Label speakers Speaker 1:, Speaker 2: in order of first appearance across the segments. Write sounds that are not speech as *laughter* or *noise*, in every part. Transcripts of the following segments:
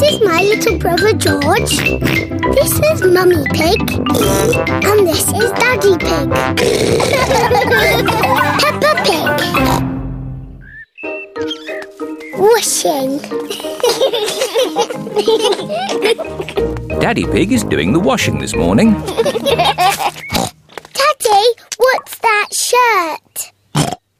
Speaker 1: little brother George. This is Mummy Pig. And this is Daddy Pig. *laughs* Peppa Pig. Washing.
Speaker 2: Daddy Pig is doing the washing this morning.
Speaker 1: Daddy, what's that shirt?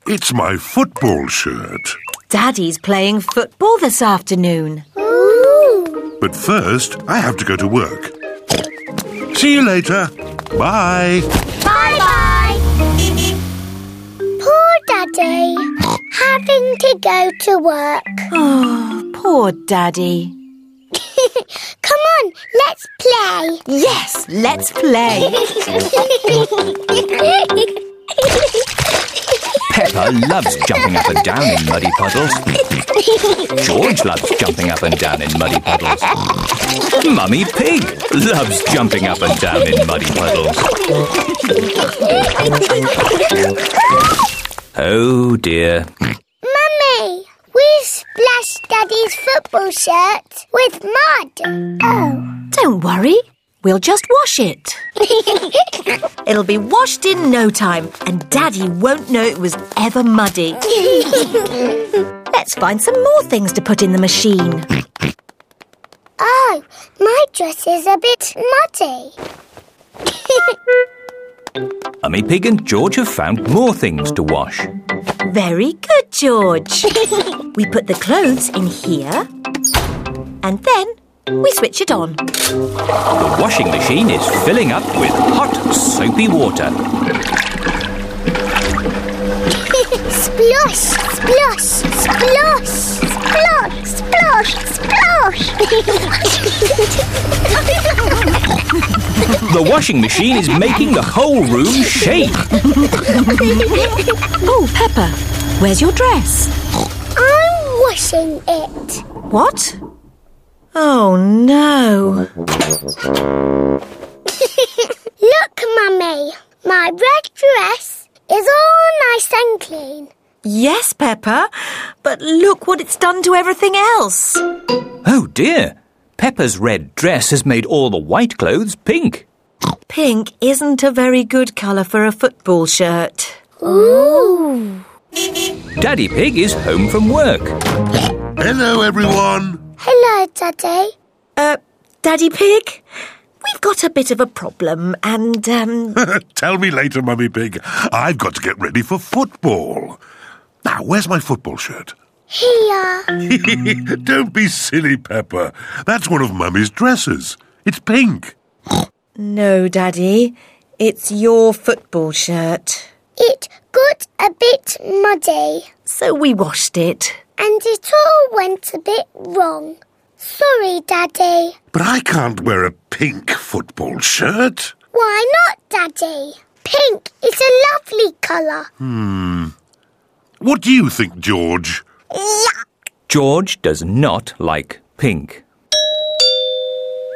Speaker 3: It's my football shirt.
Speaker 4: Daddy's playing football this afternoon.
Speaker 1: Ooh.
Speaker 3: But first, I have to go to work. See you later. Bye.
Speaker 1: Bye bye. Poor Daddy. Having to go to work. *laughs*
Speaker 4: Oh, poor Daddy.
Speaker 1: Come on, let's play.
Speaker 4: Yes, let's play.
Speaker 2: Peppa loves jumping up and down in muddy puddles. George loves jumping up and down in muddy puddles. Mummy Pig loves jumping up and down in muddy puddles. Oh dear.
Speaker 1: Mummy, we've splashed Daddy's football shirt with mud. Oh. *laughs*
Speaker 4: Don't worry. We'll just wash it. It'll be washed in no time, and Daddy won't know it was ever muddy. *laughs* Let's find some more things to put in the machine.
Speaker 1: Oh, my dress is a bit muddy.
Speaker 2: Mummy Pig and George have found more things to wash.
Speaker 4: Very good, George. we put the clothes in here, and then we switch it on.
Speaker 2: The washing machine is filling up with hot, soapy water.
Speaker 1: splosh, splosh, splosh, splosh, splosh, *laughs* splosh.
Speaker 2: The washing machine is making the whole room shake.
Speaker 4: Oh, Pepper, where's your dress?
Speaker 1: I'm washing it.
Speaker 4: What? Oh, no.
Speaker 1: Look, Mummy, my red dress is all nice and clean.
Speaker 4: Yes, Pepper, but look what it's done to everything else.
Speaker 2: Oh dear. Peppa's red dress has made all the white clothes pink.
Speaker 4: Pink isn't a very good colour for a football shirt.
Speaker 1: Ooh.
Speaker 2: Daddy Pig is home from work.
Speaker 3: Hello, everyone.
Speaker 1: Hello, Daddy.
Speaker 4: Uh, Daddy Pig, we've got a bit of a problem, and, um,
Speaker 3: Tell me later, Mummy Pig. I've got to get ready for football. Now, where's my football shirt? *laughs*
Speaker 1: Here.
Speaker 3: Don't be silly, Pepper. That's one of Mummy's dresses. It's pink.
Speaker 4: no, Daddy, it's your football shirt.
Speaker 1: It got a bit muddy
Speaker 4: So we washed it.
Speaker 1: and it all went a bit wrong. Sorry, Daddy.
Speaker 3: But I can't wear a pink football shirt.
Speaker 1: Why not, Daddy? Pink is a lovely colour.
Speaker 3: What do you think, George?
Speaker 1: Yuck.
Speaker 2: George does not like pink.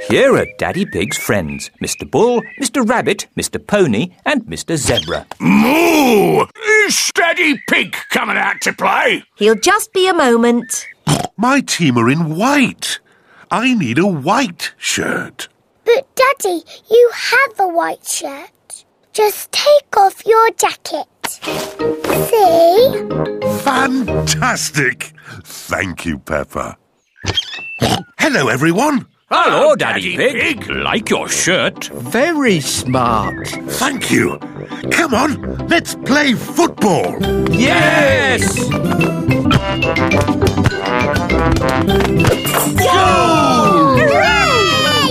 Speaker 2: Here are Daddy Pig's friends Mr. Bull, Mr. Rabbit, Mr. Pony, and Mr. Zebra.
Speaker 5: Moo! Is Daddy Pig coming out to play?
Speaker 4: He'll just be a moment.
Speaker 3: My team are in white. I need a white shirt.
Speaker 1: But, Daddy, you have a white shirt. Just take off your jacket. See?
Speaker 3: Fantastic. Thank you, Pepper. Hello, everyone.
Speaker 2: Hello, Daddy, Pig. Like your shirt.
Speaker 6: Very smart.
Speaker 3: Thank you. Come on, let's play football.
Speaker 2: Yes!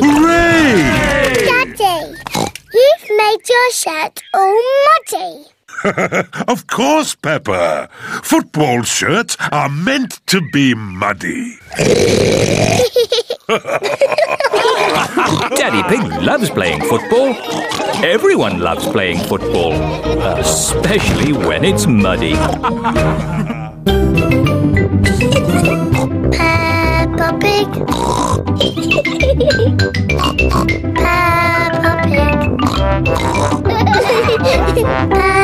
Speaker 3: Hooray!
Speaker 1: Daddy, you've made your shirt all muddy. *laughs*
Speaker 3: Of course, Pepper. Football shirts are meant to be muddy.
Speaker 2: Daddy Pig loves playing football. Everyone loves playing football, especially when it's muddy.
Speaker 1: Peppa Pig. *laughs* Peppa Pig. Peppa